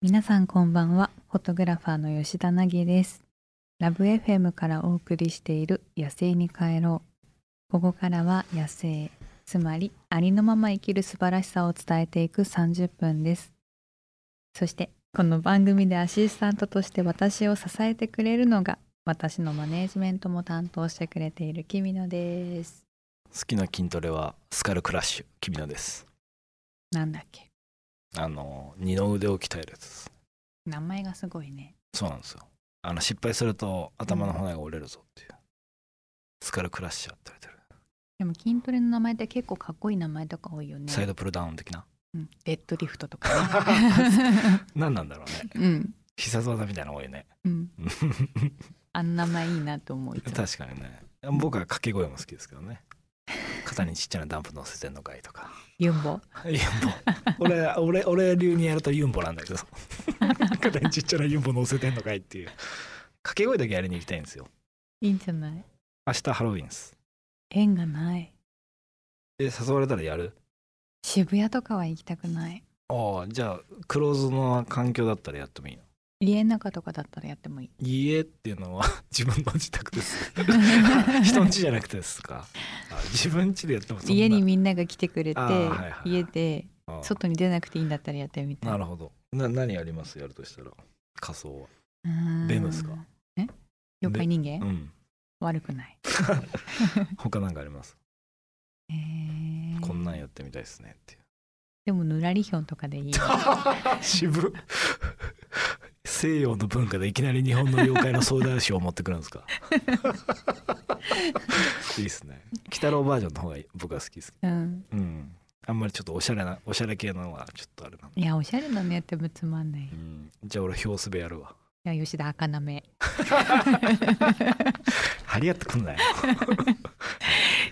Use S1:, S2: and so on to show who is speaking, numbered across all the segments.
S1: 皆さんこんばんはフォトグラファーの吉田凪ですラブ FM からお送りしている野生に帰ろうここからは野生つまりありのまま生きる素晴らしさを伝えていく30分ですそしてこの番組でアシスタントとして私を支えてくれるのが私のマネージメントも担当してくれているキミノです
S2: 好きな筋トレはスカルクラッシュ君のです
S1: なんだっけ
S2: あの二の腕を鍛えるやつです
S1: 名前がすごいね
S2: そうなんですよあの失敗すると頭の骨が折れるぞっていう、スカルクラッシャーって言われてる、
S1: でも筋トレの名前って結構かっこいい名前とか多いよね
S2: サイドプルダウン的な
S1: うん、デッドリフトとかね
S2: 何なんだろうね
S1: うん、
S2: 必殺技みたいなの多いね
S1: うん、あんな名前いいなと思いつも
S2: 確かにね僕は掛け声も好きですけどね肩にちっちゃなダンプ乗せてんのかいとか
S1: ユンボ
S2: ユンボ俺俺俺流にやるとユンボなん だけど肩にちっちゃなユンボ乗せてんのかいっていう掛け声だけやりに行きたいんですよ
S1: いいんじゃない
S2: 明日ハロウィンです
S1: 縁がない
S2: で誘われたらやる
S1: 渋谷とかは行きたくない
S2: ああじゃあクローズの環境だったらやってもいいの
S1: 家の中とかだったらやってもいい
S2: 家っていうのは 自分の自宅です 人ん家じゃなくてですかあ自分家でやってもそんな
S1: 家にみんなが来てくれて、
S2: あーはいはい
S1: 家で
S2: ああ
S1: 外に出なくていいんだったらやってみたい
S2: なるほどな何やりますやるとしたら仮想は
S1: うーん
S2: ベムっすか
S1: え妖怪人間、
S2: うん
S1: 悪くない
S2: 他なんかあります
S1: えー
S2: こんなんやってみたいですねっていう
S1: でもぬらりひょんとかで いい
S2: 渋っ 西洋の文化でいきなり日本の妖怪の相談集を持ってくるんです かいいですね北郎バージョンの方が僕は好きです
S1: うん
S2: うん、あんまりちょっとおしゃれなおしゃれ系のはちょっとあれなんで、
S1: いやおしゃれなのやってもつまんない
S2: うん、じゃあ俺表すべやるわ
S1: いや吉田赤なめ
S2: 張り合ってくんなよ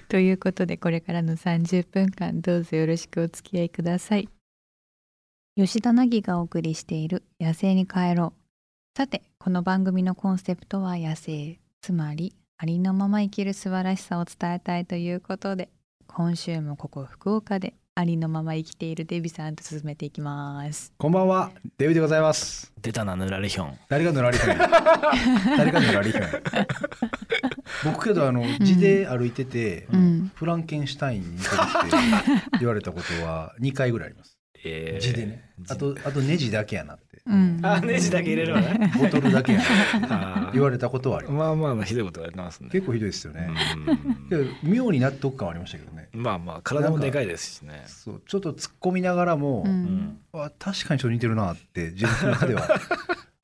S1: ということでこれからの30分間どうぞよろしくお付き合いください吉田凪がお送りしている「野生に帰ろう」さてこの番組のコンセプトは「野生」つまりありのまま生きる素晴らしさを伝えたいということで今週もここ福岡でありのまま生きているデビさんと進めていきます
S3: こんばんは、デビでございます。
S2: 出たなぬらりひょん
S3: 誰がぬらりひょ ん。誰がぬらりひょん。僕けどあの地で歩いてて、
S1: うん
S3: フランケンシュタインに似てるって言われたことは2回ぐらいあります。
S2: えー
S3: 地でね。
S2: 地
S3: あとあとネジだけやなって、
S1: うん
S2: あネジだけ入れるわね
S3: ボトルだけや なって
S2: あ
S3: 言わ
S2: ー
S3: れたことはありま
S2: まあまあまあひどいこと言われてますね
S3: す。結構ひどいですよね。け
S2: う
S3: ど
S2: ん
S3: 妙に納得感はありましたけどね。
S2: まあまあ体もでかいですしね
S3: そうちょっと突っ込みながらも、
S1: う
S2: うんん、
S3: あ確かにちょっと似てるなって自分の中では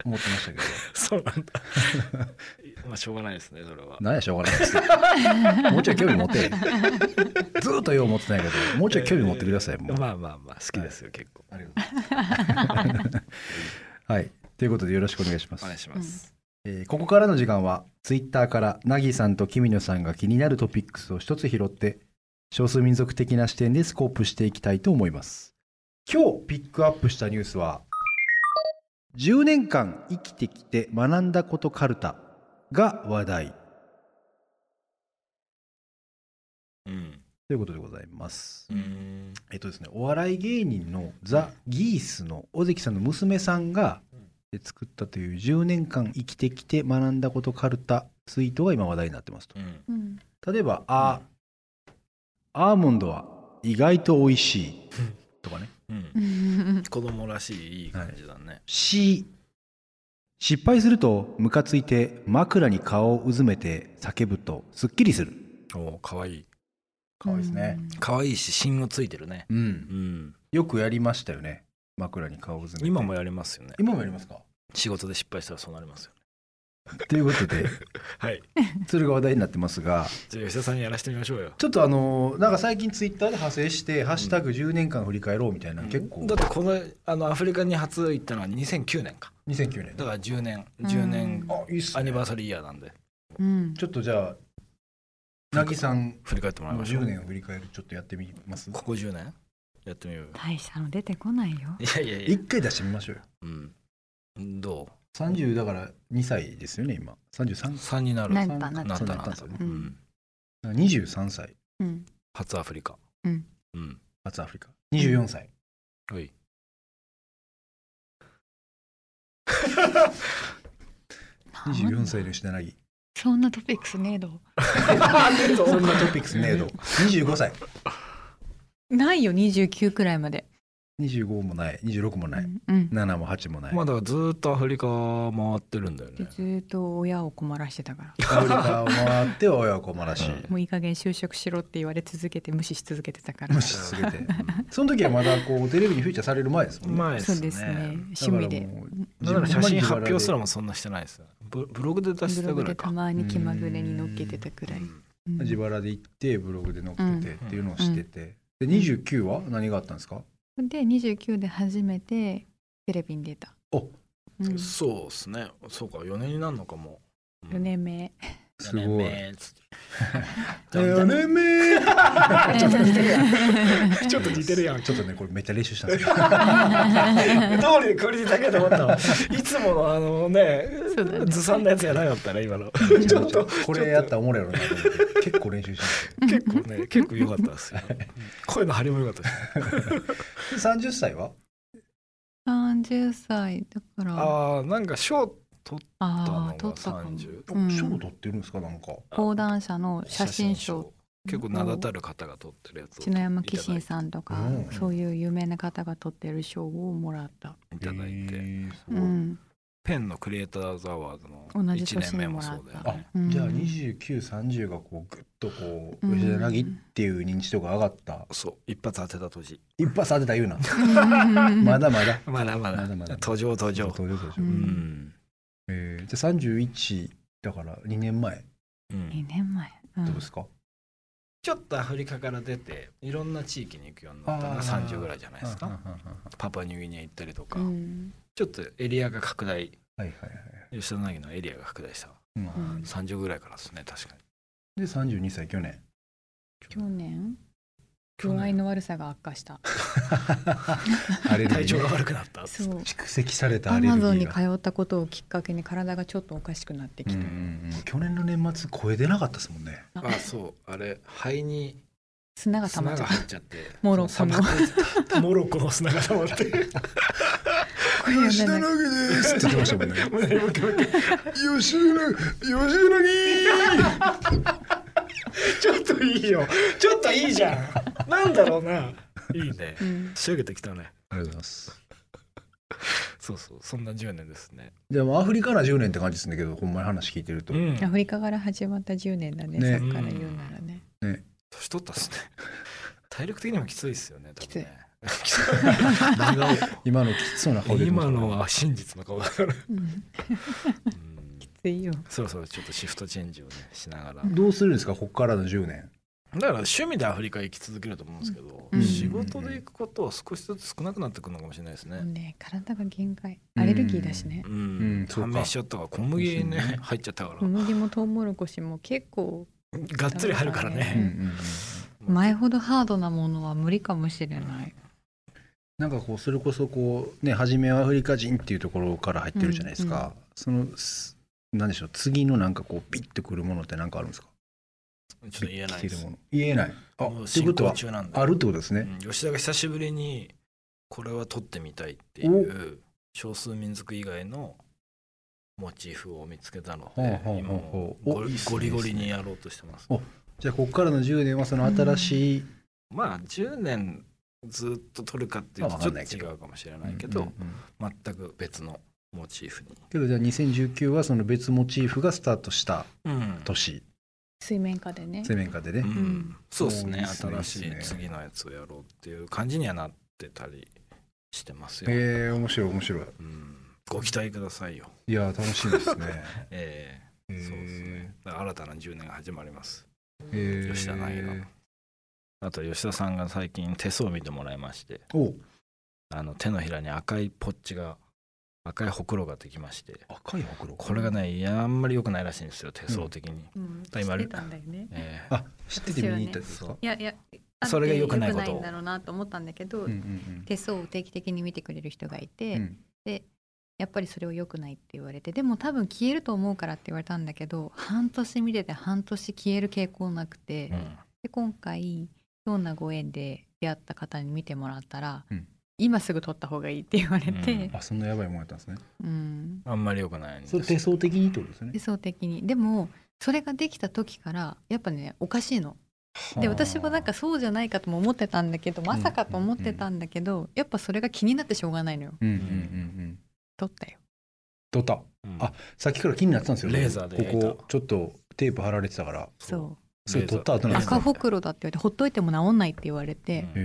S3: 思ってましたけど、
S2: そうなんだ まあしょうがないですねそれは
S3: なんやしょうがないですよ。 もうちょい興味持って。ずーっとよう持ってないけど、もうちょい興味持ってください。もう。
S2: まあまあまあ好きですよ、結構
S3: ありがとうございます。はい。ということでよろしくお願いしま
S2: お
S3: す。
S2: 願いします、
S3: えーここからの時間は、ツイッターから、なぎさんときみのさんが気になるトピックスを一つ拾って、少数民族的な視点でスコープしていきたいと思います。今日ピックアップしたニュースは、10年間生きてきて学んだことカルタが話題。
S2: うん
S3: ということでございます
S2: う。ん
S3: えっとですね、お笑い芸人のザ・ギースの尾関さんの娘さんがえ作ったという10年間生きてきて学んだことカルタツイートが今話題になってますと
S2: う。ん
S1: うん
S3: 例えば、あ、アーモンドは意外と美味しいとかね。
S2: うん
S1: うん
S2: 子供らしいいい感じだね、
S3: C、失敗するとムカついて枕に顔をうずめて叫ぶとすっきりする。
S2: おおかわいい
S3: かわいいですね。
S2: 可愛いし芯がついてるね、
S3: うん。
S2: うん、
S3: よくやりましたよね。枕に顔をうずめて。
S2: 今もやりますよね
S3: 今もやりますか
S2: 仕事で失敗したらそうなりますよね
S3: ということで、
S2: はい
S3: それが話題になってますが、
S2: じゃあ吉田さんにやらせてみましょうよ
S3: ちょっとあのーなんか最近ツイッターで派生して「ハッシュタグ #10 年間振り返ろう」みたいな、結構
S2: だってこのあのアフリカに初行ったのは2009年か
S3: 2009年
S2: だから10年
S1: うん
S2: 10年
S3: あいいっす
S2: ア
S3: ね
S2: ニバーサリーイヤーなんで
S1: うん
S3: ちょっとじゃあなぎさん
S2: 振り返ってもらい
S3: の
S2: ましょう
S3: 10年を振り返るちょっとやってみます
S2: ここ10年やってみようよ
S1: 大したの出てこないよ
S2: いやいやいや
S3: 一回出してみましょうよ
S2: うんど
S3: 30だから2歳ですよね今
S2: う
S3: 33
S2: 3になる
S1: な
S2: な
S1: ったなった
S2: った
S3: そう
S2: な
S3: な
S2: っ
S3: ったん
S2: た
S3: ですよね
S2: う
S1: うん
S2: ん
S3: 23歳
S1: うん
S2: 初アフリカ
S1: うん
S2: うん
S3: 初アフリカ24歳
S2: はい
S3: 24歳の吉田凪。
S1: そんなトピックスねえど
S3: そんなトピックスねえど。25歳。
S1: ないよ29くらいまで、
S3: 25もない、26もない、
S1: うん、
S3: 7も8もない。
S2: まだずーっとアフリカ回ってるんだよね
S1: ずーっと親を困らしてたから
S3: アフリカを回っては親子もらしい。
S2: うん
S1: もういい加減就職しろって言われ続けて無視し続けてたから
S3: 無視し続けて。その時はまだこうテレビにフィーチャーされる前ですもんね。
S2: 前です
S1: そ
S2: ね
S1: うですね
S3: だ
S1: 趣
S3: からも
S1: 味
S3: う
S1: で
S2: だから写真発表すら
S3: も
S2: もそんなしてないですねブブログで出し
S1: ブ
S2: た
S1: ロ
S2: ぐ
S1: グ
S2: ら
S1: で
S2: い
S1: た
S2: か
S1: まに気まぐれに乗っけてたくらい、うん
S3: 自腹で行ってブログで載っけてっていうのをしてて、
S1: ん
S3: で29は何があったんですか、
S1: で29で初めてテレビに出た、
S3: お
S1: うん、
S2: そうですねそうか4年になるのかも
S1: 4年目
S3: すごい。
S2: 4年目
S3: 年目
S2: ちょっと似てるやん
S1: ち
S2: ちょっと似てるやん
S3: ちょっとねこれめっちゃ練習したんですよ
S2: 通りでクオリティ高いと 思ったのいつものあのね
S1: そうだね
S2: ずさんなやつじゃなかったね今の
S3: ちょっとこれやったらおもろいやろなと思って結構練習したんですよ
S2: 結構ね結構良かったですよ声の張りも良かったし
S3: で30歳は
S1: 30歳だから
S2: ああなんか賞取っ
S1: あ
S2: たの
S1: あ
S2: が
S1: ー撮ったかも
S2: 30
S1: うん
S3: 賞取ってるんですかなんか
S1: 講談社の写真賞
S2: 結構名だたる方が撮ってるやつを
S1: 篠山紀信さんとか、
S3: うん
S1: そういう有名な方が撮ってる賞をもらった、
S2: いただい
S3: え
S2: て
S3: ーすご
S1: う
S3: い
S1: ん
S2: ペンのクリエイターズアワードの
S1: 同じ年
S2: 1年
S1: に
S2: 目
S1: も
S2: も
S1: ら
S2: そ
S1: っ
S2: うだよ
S1: た
S2: ね
S1: うん
S3: じゃあ2930がこうグッとこう
S1: うん
S3: 吉田凪っていう認知度が上がった
S2: そう一発当てた年
S3: 一発当てた言うなま
S1: ま
S3: だまだ
S2: まだま
S3: まだまだ
S2: 途上途上
S3: 登場登場
S1: うん
S2: うん
S3: えーじゃあ31だから2年前
S2: うん
S1: 2年前、うん
S3: どうですか、
S2: ちょっとアフリカから出ていろんな地域に行くようになったのが
S3: あー
S2: 30ぐらいじゃないです
S3: う
S2: か
S3: んうんうんうんは
S2: パパニューギニア行ったりとか
S1: うん
S2: ちょっとエリアが拡大
S3: いはいはい、
S2: 吉田凪のエリアが拡大した
S3: うん
S1: うん
S2: 30ぐらいからですね確かに
S3: で32歳 去年
S1: 去年具合の悪さが悪化した
S3: アレルギーね
S2: 体調が悪くなったっつって
S1: そう
S3: 蓄積されたア
S1: ア
S3: レルギ
S1: マ
S3: ーが
S1: ゾンに通ったことをきっかけに体がちょっとおかしくなってき
S3: うん
S1: て、
S3: うんうん去年の年末声出なかったですもんね
S2: あそうあれ肺に
S1: 砂が溜ま
S2: 砂
S1: っちゃ
S2: が
S1: っ
S2: 入っちゃ って
S1: モロッコの
S2: そ砂漠でモロッコの砂が溜まって
S1: たこれやんな
S3: 凪ですって言ってましたもんね
S2: 胸ムキムキ
S3: 吉田凪吉田凪
S2: ちょっといいよちょっといいじゃんなんだろうないいね
S1: うん
S2: 仕上げてきたね
S3: ありがとうございます
S2: そうそうそんな10年ですね
S3: でもアフリカな10年って感じですんだけどほんまに話聞いてると、
S2: ん
S1: アフリカから始まった10年だね
S3: ね
S1: そっから言うならね、
S2: 年取ったっすね体力的にもきついっすよね多分ねきつ
S3: 今のきつそうな顔
S2: い
S3: 出てま
S2: 今
S3: すもんね
S2: のは真実の顔だから
S1: うん、
S2: うん
S1: きついよ
S2: そろそろちょっとシフトチェンジをねしながら
S3: どうするんですかここからの10年
S2: だから趣味でアフリカ行き続けると思うんですけど、
S1: うん
S2: 仕事で行くことは少しずつ少なくなってくるのかもしれないです
S1: もう
S2: ね。
S1: ね体が限界アレルギーだしね
S2: うん、
S3: んそうか
S2: 試しちゃったから小麦ね
S3: そうですね
S2: 入っちゃったから、
S1: 小麦もトウモロコシも結構
S2: がっつり入るから
S3: うんうん
S2: ね。
S3: うん
S1: 前ほどハードなものは無理かもしれない、
S3: なんかこうそれこそこうね初めはアフリカ人っていうところから入ってるじゃないですか、そのすなんでしょう次のなんかこうビッてくるものって何かあるんですか
S2: ちょっと言えないで
S3: ビッてきてる
S2: す
S3: も。の言えないあ
S2: もう
S3: ってこ
S2: 進行
S3: とは
S2: 中なんで。
S3: あるってことですね、
S2: うん吉田が久しぶりにこれは撮ってみたいっていう少数民族以外のモチーフを見つけたので、
S3: ほうほう
S2: 今も
S3: ほうほう
S2: ゴ
S3: おいい
S2: リ
S3: っすね
S2: ゴリゴリにやろうとしてます。
S3: じゃあここからの10年はその新しい、
S2: まあ10年ずっと撮るかっていうと
S3: まあ
S2: ちょ
S3: わかんない
S2: っ
S3: け
S2: と
S3: ど
S2: 違うかもしれないけど、
S3: うんうんうん
S2: 全く別のモチーフに、
S3: けどじゃあ2019はその別モチーフがスタートした
S2: うん
S3: 年
S1: 水面下でね
S3: 水面下でね、
S2: うんそうです
S3: おーい
S2: ね
S3: いっすね
S2: 新し
S3: いいっ
S2: い
S3: すね
S2: 次のやつをやろうっていう感じにはなってたりしてますよ、
S3: えー、面白い面白い
S2: うん、ご期待くださいよ
S3: いやー楽しいですね
S2: え
S3: え
S2: え
S3: ー
S2: そうですねだから新たな10年が始まります
S3: えー
S2: 吉田凪のあと吉田さんが最近手相を見てもらいまして
S3: お
S2: あの手のひらに赤いポッチが赤いほくろができまして
S3: 赤いほくろ
S2: これがねいやあんまり良くないらしいんですよ手相的に、
S1: うん、
S2: だ今
S1: 知ってたんだよね
S2: ええ
S3: あ知ってて見に行ったんですか、
S1: いやいやあって
S2: それが良くないことを
S1: 良んだろうなと思ったんだけど、
S3: うんうん
S1: 手相を定期的に見てくれる人がいて、
S3: うんうん
S1: でやっぱりそれを良くないって言われてでも多分消えると思うからって言われたんだけど半年見てて半年消える傾向なくて、
S2: うん
S1: で今回ひょんなご縁で出会った方に見てもらったら、
S3: うん
S1: 今すぐ取った方がいいって言われて、
S3: あそんなやばいもんやったんですね
S1: うん、
S2: あんまり良くないんです
S3: それ手相的にってことですよね
S1: 理想的にでもそれができた時からやっぱねおかしいので
S3: はあ
S1: 私もなんかそうじゃないかとも思ってたんだけどまさかと思ってたんだけど、やっぱそれが気になってしょうがないのよ
S3: うんうんうんうん
S1: 取ったよ
S3: 取った
S2: うん
S3: あさっきから気になってたんですよ
S2: レーザーで焼いた
S3: ここちょっとテープ貼られてたから
S1: そ
S3: それ取った後
S1: う
S3: なんです
S1: 赤
S3: ね
S1: ほくろだって言われてほっといても治んないって言われて、
S2: うん
S3: へ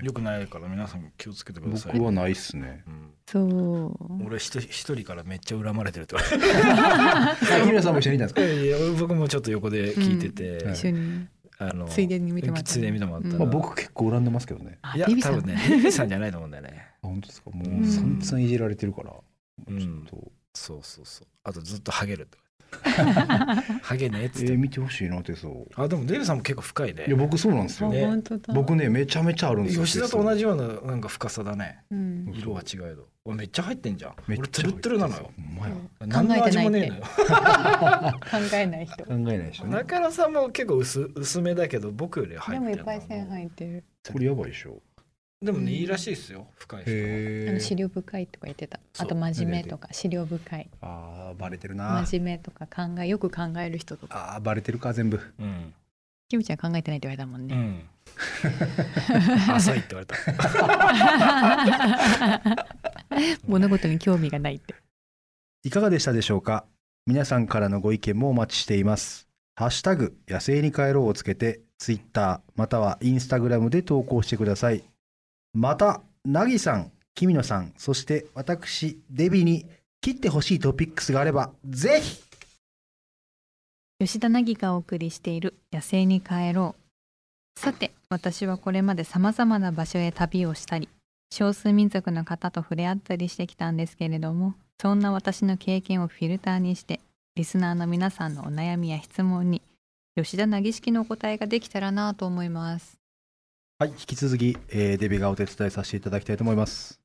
S3: え
S2: よくないから皆さん気をつけてください
S3: 僕はないっすね
S2: うん
S1: そう
S2: 俺一人一人からめっちゃ恨まれてるって言われて
S3: あ日村さんも一緒にいたんですか、
S2: いやいや僕もちょっと横で聞いてて、
S3: うんはい
S1: 一緒に
S2: あの
S1: ついでに見てもらった
S2: ついでに見てもらったな、
S1: うん
S3: まあ、僕結構恨んでますけどね
S1: あ
S2: いや
S1: デビさ
S2: 多
S1: ん
S2: 分ねデビさんじゃないと思うんだよね
S3: あ本当ですかも
S2: う
S3: うん散々いじられてるから、
S2: うん
S3: ちょっと
S2: そうそうそうあとずっとハ ゲるってハゲねっつ
S3: え
S2: って、
S3: ー見てほしいな手相い
S2: あでもデビさんも結構深いね
S3: や僕そうなんですよ、
S1: あ
S2: ね
S1: 本当だ
S3: 僕ねめちゃめちゃあるんですよ
S2: 吉田と同
S3: 手
S2: じようななんか深さだね
S1: うん
S2: 色
S3: そう
S2: は違えど俺めっちゃ入ってんじゃん
S3: 相め
S2: 俺
S3: っ
S2: ト
S3: ちゃ
S2: ゥルットゥルなのよ
S3: ほんまや
S2: 何の味もねえのよ
S1: 考えない人
S3: 考えないでしょ、ね、
S2: 中野さんも結構薄薄めだけど僕より入
S1: で
S2: っ
S1: もい
S2: てる
S1: っぱい線入ってる
S3: これやばいでしょ
S2: でもねいいらしいですよ深い人は
S1: あ
S3: へ
S1: の資料深いとか言ってた
S2: そ
S1: あ
S2: う
S1: と真面目とか資料深い
S3: あーバレてるな
S1: 真面目とか考えよく考える人とか
S3: あーバレてるか全部
S2: うん、
S1: キムちゃん考えてないって言われたもん
S2: う
S1: ね、
S2: ん、浅いって言われた
S1: 物事に興味がないって
S3: いかがでしたでしょうか皆さんからのご意見もお待ちしています。ハッシュタグ野生に帰ろうをつけて、ツイッターまたはインスタグラムで投稿してください。また、なぎさん、きみのさん、そして私、デビに切ってほしいトピックスがあれば、ぜひ
S1: 吉田凪がお送りしている「野生に帰ろう」さて私はこれまでさまざまな場所へ旅をしたり少数民族の方と触れ合ったりしてきたんですけれどもそんな私の経験をフィルターにしてリスナーの皆さんのお悩みや質問に吉田凪式のお答えができたらなと思います。
S3: はい、引き続き、えーデビがお手伝いさせていただきたいと思います。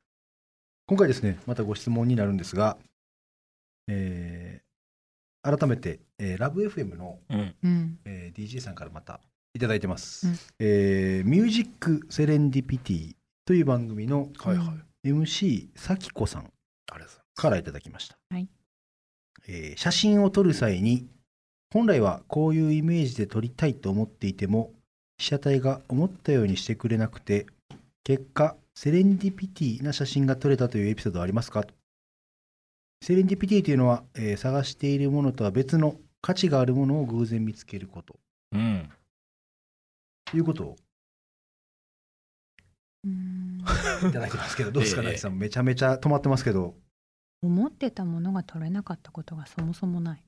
S3: 今回ですね、またご質問になるんですが、えー改めて、えーラブ f m の
S2: うん
S1: うん、
S3: えー DJ さんからまたいただいてます、
S1: うん
S3: えーミュージックセレンディピティという番組の
S2: はいはい、
S1: う
S2: あ
S1: ん
S2: り
S3: MC 咲子さん
S2: がとうございます
S3: からいただきました、
S1: はい
S3: えー写真を撮る際に本来はこういうイメージで撮りたいと思っていても被写体が思ったようにしてくれなくて結果セレンディピティな写真が撮れたというエピソードはありますかセレンディピティというのは、えー探しているものとは別の価値があるものを偶然見つけること
S2: うん
S3: ということを
S1: うん
S3: いただいてますけど、どうですか、
S2: ええ
S3: なぎさん、めちゃめちゃ止まってますけど、
S1: 思ってたものが取れなかったことがそもそもない。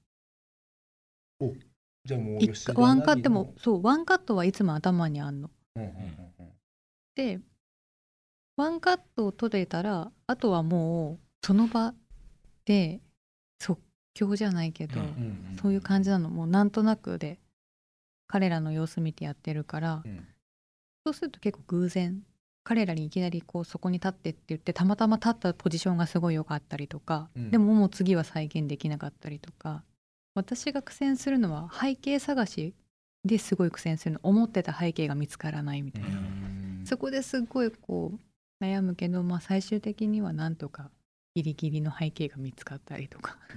S3: じゃあも
S1: 一ワンカットも、そうワンカットはいつも頭にあんの。
S3: うんうん
S1: でワンカットを取れたらあとはもうその場で即興じゃないけど、
S2: うん
S3: うんうん
S1: そういう感じなのもうなんとなくで彼らの様子見てやってるから、
S3: うん
S1: そうすると結構偶然彼らにいきなりこうそこに立ってって言ってたまたま立ったポジションがすごい良かったりとか、
S3: うん
S1: でももう次は再現できなかったりとか私が苦戦するのは背景探しですごい苦戦するの思ってた背景が見つからないみたいな。そこですごいこう悩むけど、まあ、最終的にはなんとかギリギリの背景が見つかったりとか。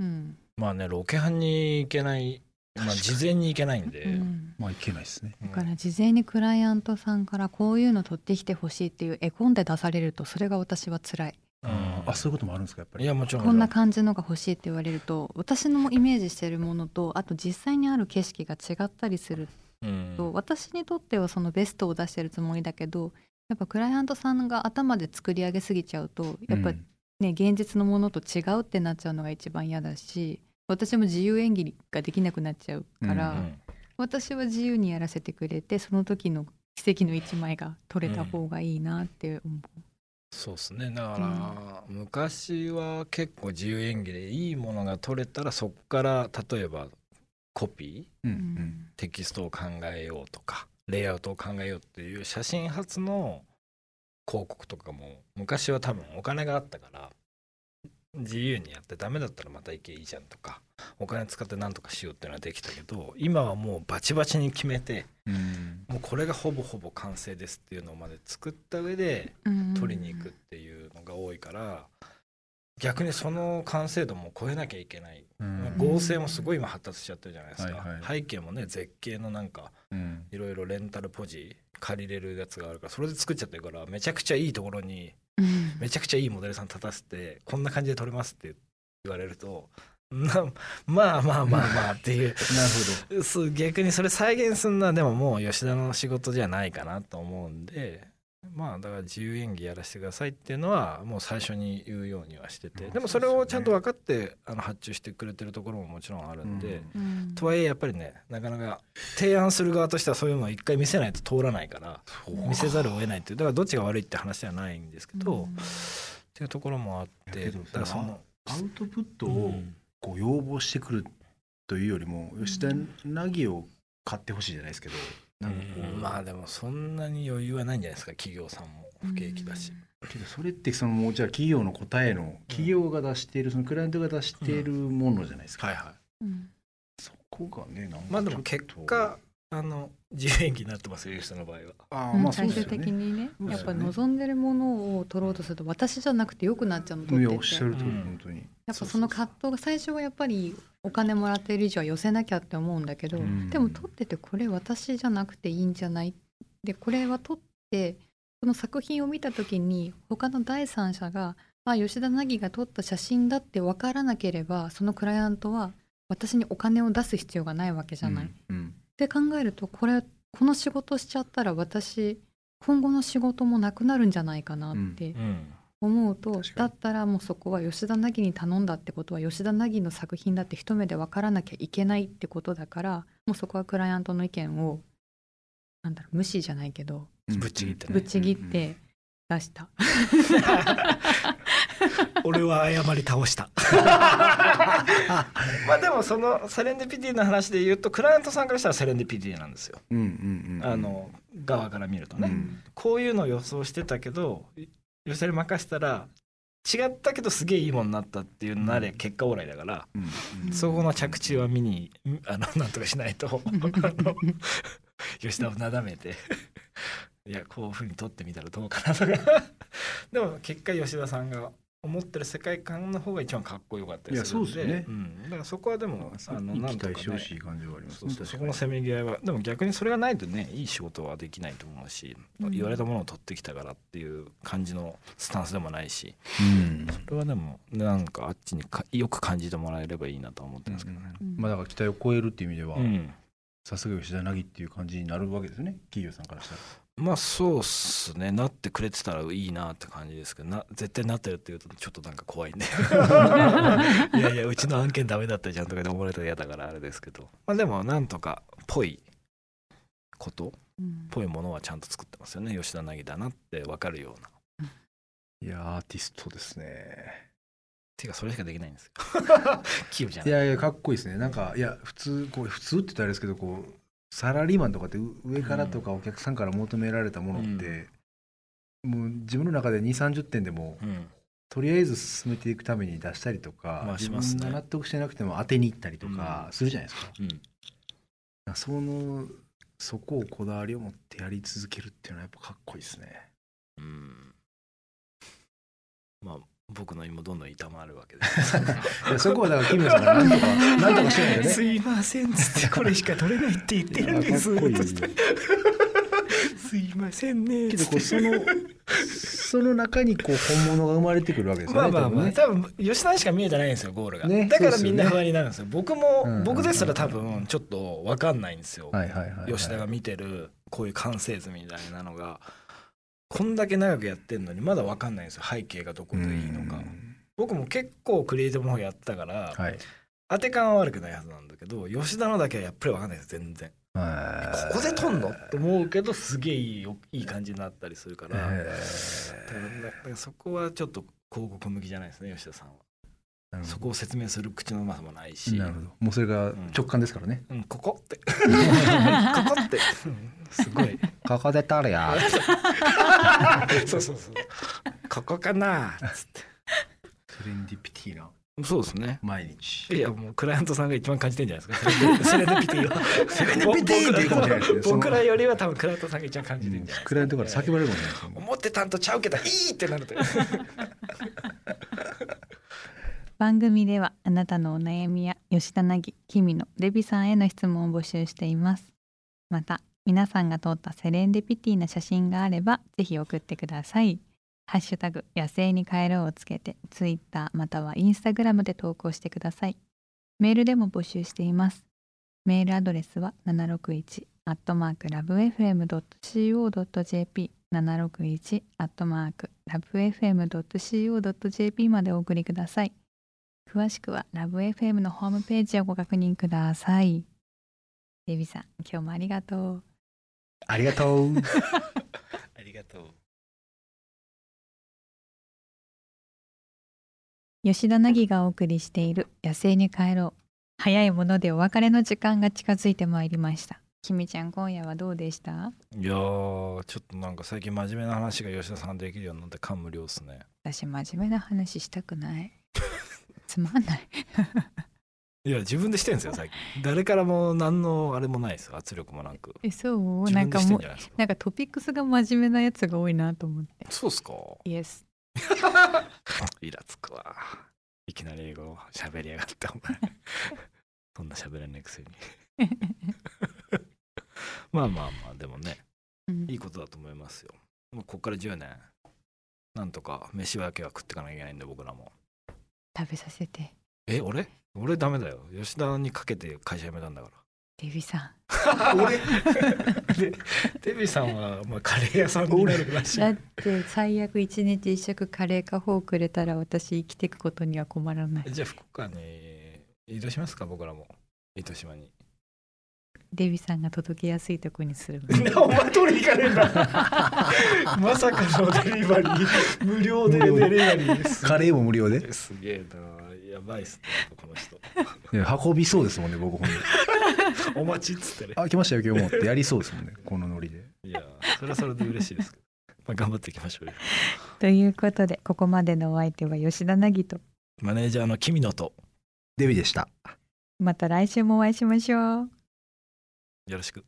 S2: うん
S1: うん
S2: まあねロケハンに行けない、まあ、
S3: 確かに
S2: 事前に行けないんで、
S1: うん
S3: まあ、いけないですね。
S2: うん
S1: だから事前にクライアントさんからこういうの取ってきてほしいっていう絵コンで出されるとそれが私は辛い
S2: うん
S3: あ、そういうこともあるんですか、やっぱり。
S2: いやもちろん
S1: こんな感じのが欲しいって言われると私のイメージしてるものとあと実際にある景色が違ったりする
S2: うん
S1: と私にとってはそのベストを出してるつもりだけどやっぱクライアントさんが頭で作り上げすぎちゃうとやっぱ
S3: うん
S1: ね、現実のものと違うってなっちゃうのが一番嫌だし私も自由演技ができなくなっちゃうから、
S2: うん
S1: 私は自由にやらせてくれてその時の奇跡の一枚が取れた方がいいなって思
S2: そうですねだから、昔は結構自由演技でいいものが取れたらそこから例えばコピー
S3: う
S1: う、うんん
S2: テキストを考えようとかレイアウトを考えようっていう写真発の広告とかも昔は多分お金があったから自由にやってダメだったらまた行けばいいじゃんとかお金使ってなんとかしようっていうのはできたけど今はもうバチバチに決めて
S3: うん
S2: もうこれがほぼほぼ完成ですっていうのまで作った上で取りに行くっ。ていうのが多いから逆にその完成度も超えなきゃいけない、
S3: うん
S2: 合成もすごい今発達しちゃってるじゃないですか、
S3: はいは
S2: 背景もね絶景のなんか
S3: うん
S2: いろいろレンタルポジ借りれるやつがあるからそれで作っちゃってるからめちゃくちゃいいところに
S1: うん
S2: めちゃくちゃいいモデルさん立たせてこんな感じで撮れますって言われるとなまあまあまあまあっていう
S3: なるほど
S2: そう逆にそれ再現するのはでももう吉田の仕事じゃないかなと思うんでまあだから自由演技やらせてくださいっていうのはもう最初に言うようにはしてて
S3: うん
S2: でもそれをちゃんと分かってあの発注してくれてるところももちろんあるんで。とはいえやっぱりねなかなか提案する側としてはそういうのを一回見せないと通らないから見せざるを得ないっていうだからどっちが悪いって話ではないんですけど、
S1: うん
S2: っていうところもあって
S3: いやけど
S2: だからその
S3: アウトプットをこう要望してくるというよりも、吉田凪を買ってほしいじゃないですけどなんかこう、
S2: うんまあでもそんなに余裕はないんじゃないですか企業さんも不景気だし、
S3: けどそれってそのもうじゃあ企業の答えの企業が出しているそのクライアントが出しているものじゃないですか、
S2: はいはい
S1: うん
S3: そこがねなんか
S2: まあでも
S3: ちょっ
S2: 結
S3: と
S2: 果あの自由演技になってますよ吉田の場合は
S3: あ
S1: う
S3: ー
S1: ん
S3: まあそう
S1: 最
S3: です
S1: 終
S3: よね
S1: 的にね
S3: そうですよね
S1: やっぱり望んでるものを取ろうとすると私じゃなくてよくなっちゃうの取
S3: い
S1: っ
S3: や
S1: て
S3: おってしゃる通り
S2: うん
S3: 本当に、
S1: やっぱその葛藤が最初はやっぱりお金もらってる以上は寄せなきゃって思うんだけど、
S3: うん
S1: でも撮っててこれ私じゃなくていいんじゃないでこれは撮ってこの作品を見た時に他の第三者があ吉田凪が撮った写真だって分からなければそのクライアントは私にお金を出す必要がないわけじゃない。っ
S3: うんうん
S1: て考えるとこれこの仕事しちゃったら私今後の仕事もなくなるんじゃないかなって
S2: うん
S1: 思うと、
S3: 確かに
S1: だったらもうそこは吉田凪に頼んだってことは吉田凪の作品だって一目で分からなきゃいけないってことだからもうそこはクライアントの意見をなんだろう無視じゃないけど
S3: うん
S2: ぶっちぎってね
S1: ぶっちぎって出した、
S2: 俺は謝り倒した まあでもそのセレンディピティの話で言うとクライアントさんからしたらセレンディピティなんですよ、
S3: うんうんうん
S2: あの側から見るとね、
S3: うん
S2: こういうのを予想してたけど予想に任せたら違ったけどすげえいいもんなったっていうなれ結果オーライだから、
S3: うんうん
S2: そこの着地は見にんあのなんとかしない とあの吉田をなだめていやこういうふうに撮ってみたらどうかなとかでも結果吉田さんが思ってる世界観の方が一番かっこよかったりするんで
S3: いやそうですよね
S2: うん、だからそこはでもあの
S3: いい
S2: なん
S3: 期
S2: とか、
S3: 待してほ
S2: ね、
S3: しい感じはあります
S2: そう
S3: ね
S2: そうそこ
S3: 確か
S2: の
S3: に
S2: せめぎ合いはでも逆にそれがないとねいい仕事はできないと思うし、
S1: うん
S2: 言われたものを取ってきたからっていう感じのスタンスでもないし
S3: うん
S2: それはでもなんかあっちにかよく感じてもらえればいいなとは思ってますけどね。
S3: まあだから期待を超えるっていう意味では
S2: うん
S3: さすが吉田凪っていう感じになるわけですね企業さんからしたら
S2: まあそうっすねなってくれてたらいいなって感じですけどな絶対なってるっていうとちょっとなんか怖い んでいやいやうちの案件ダメだったじゃんとかで思われたら嫌だからあれですけどまあでもなんとかぽいこと
S1: うん
S2: ぽいものはちゃんと作ってますよね吉田凪だなって分かるようない
S3: やーアーティストですね
S2: ていうかそれしかできないん ですよ器用じゃ
S3: い
S2: ない
S3: やいやかっこいいですねなんかいや普通こう普通って言ったらあれですけどこうサラリーマンとかってう上からとかお客さんから求められたものって、もう自分の中で2 3 0点でも
S2: うん
S3: とりあえず進めていくために出したりとか、
S2: まあ
S3: 自
S2: します
S3: 分
S2: ね
S3: が納得してなくても当てに行ったりとか
S2: うん
S3: するじゃないですか,、
S2: うん
S3: そのそこをこだわりを持ってやり続けるっていうのはやっぱかっこいいですね
S2: うんまあ僕の今どんどん痛まるわけです
S3: いやそこはだからキムさんがなんとか なんとかしてないんだよね
S2: すいませんっつってこれしか取れないって言ってるんです
S3: いやかっこいい
S2: つってすいませんね
S3: け
S2: つ
S3: ど
S2: って
S3: こうそのその中にこう本物が生まれてくるわけですよ
S2: まあ
S3: ね。
S2: まあ
S3: 多分
S2: まあ
S3: ね
S2: 多分吉田にしか見えてないんですよゴールが、
S3: ね
S2: だか
S3: そう
S2: ら
S3: っす
S2: み
S3: よね
S2: んな不安になるんですよ僕も、
S3: うんうんうん
S2: 僕ですら多分ちょっと分かんないんですよ、
S3: はいはいはいはい、
S2: 吉田が見てるこういう完成図みたいなのがこんだけ長くやってんのにまだ分かんないんですよ背景がどこでいいのか
S3: うん
S2: 僕も結構クリエイティブの方やってたから、
S3: はい
S2: 当て感は悪くないはずなんだけど吉田のだけはやっぱり分かんないです全然
S3: はい
S2: ここで撮んのって思うけどすげえいいよいい感じになったりするから、
S3: え
S2: だからだからそこはちょっと広告向きじゃないですね吉田さんは、
S3: ー
S2: そこを説明する口のうまさもないし
S3: なるほどもうそれが直感ですからね、
S2: うん、ここって ここって、うんすごい
S3: ここで撮るよ
S2: そうそうそうここかなっつって
S3: そセレンディピティな
S2: そうですね
S3: 毎日
S2: いやもうクライアントさんが一番感じてんじゃない ですかセレンディピティは
S3: セレンディピティって言うかもしれないですねその
S2: 僕らよりは多分クライアントさんが一番感じてんじゃないですか、
S3: クライアントから叫ばれるかもしれないですね
S2: 思ってたんとちゃうけどいいってなると
S1: 番組ではあなたのお悩みや吉田凪、君のレビさんへの質問を募集していますまた皆さんが撮ったセレンディピティな写真があればぜひ送ってくださいハッシュタグ野生に帰ろうをつけてツイッターまたはインスタグラムで投稿してくださいメールでも募集していますメールアドレスは761アットマークラブ FM.co.jp 761アットマークラブ FM.co.jp までお送りください詳しくはラブ FM のホームページをご確認くださいデビさん今日もありがとう
S3: ありがとう
S2: ありがとう
S1: 吉田凪がお送りしている野生に帰ろう早いものでお別れの時間が近づいてまいりましたきみちゃん今夜はどうでした
S2: いやーちょっとなんか最近真面目な話が吉田さんできるようになって感無量っすね
S1: 私真面目な話したくない つまんない
S2: いや自分でしてるんですよ最近誰からも何のあれもないです圧力もなく
S1: えそう
S2: 自
S1: な
S2: 分
S1: ん
S2: で
S1: か
S2: して
S1: も
S2: ん
S1: う
S2: じゃないですか
S1: なんかトピックスが真面目なやつが多いなと思って
S2: そうっすか
S1: イエス
S2: イラつくわいきなり英語を喋りやがってお 前そんな喋れないくせにまあまあまあでもね
S1: うん
S2: いいことだと思いますよもうこっから10年なんとか飯だけは食ってかなきゃいけないんで僕らも
S1: 食べさせて
S2: え俺俺ダメだよ吉田にかけて会社辞めたんだから
S1: デビさ
S2: 俺 でデビさんはまあカレー屋さんになるらし
S1: ん
S2: い
S1: だって最悪一日一食カレーかフォーくれたら私生きていくことには困らない
S2: じゃあ福岡に移動しますか僕らも糸島に
S1: デビさんが届けやすいとこにするわ
S2: お前取り行かねえん だまさかのデリバリー無料でデリバリーです
S3: カレーも無料です
S2: げえなやばいっすねこの人
S3: いや運びそうですもんね僕ほんとに
S2: お待ちっつってね
S3: あ来ましたよ今日もってやりそうですもんねこのノリで
S2: いやそれはそれで嬉しいですけど、まあ、頑張っていきましょうよ
S1: ということでここまでのお相手は吉田凪と
S2: マネージャーの君野と
S3: デビでした
S1: また来週もお会いしましょう。
S2: よろしく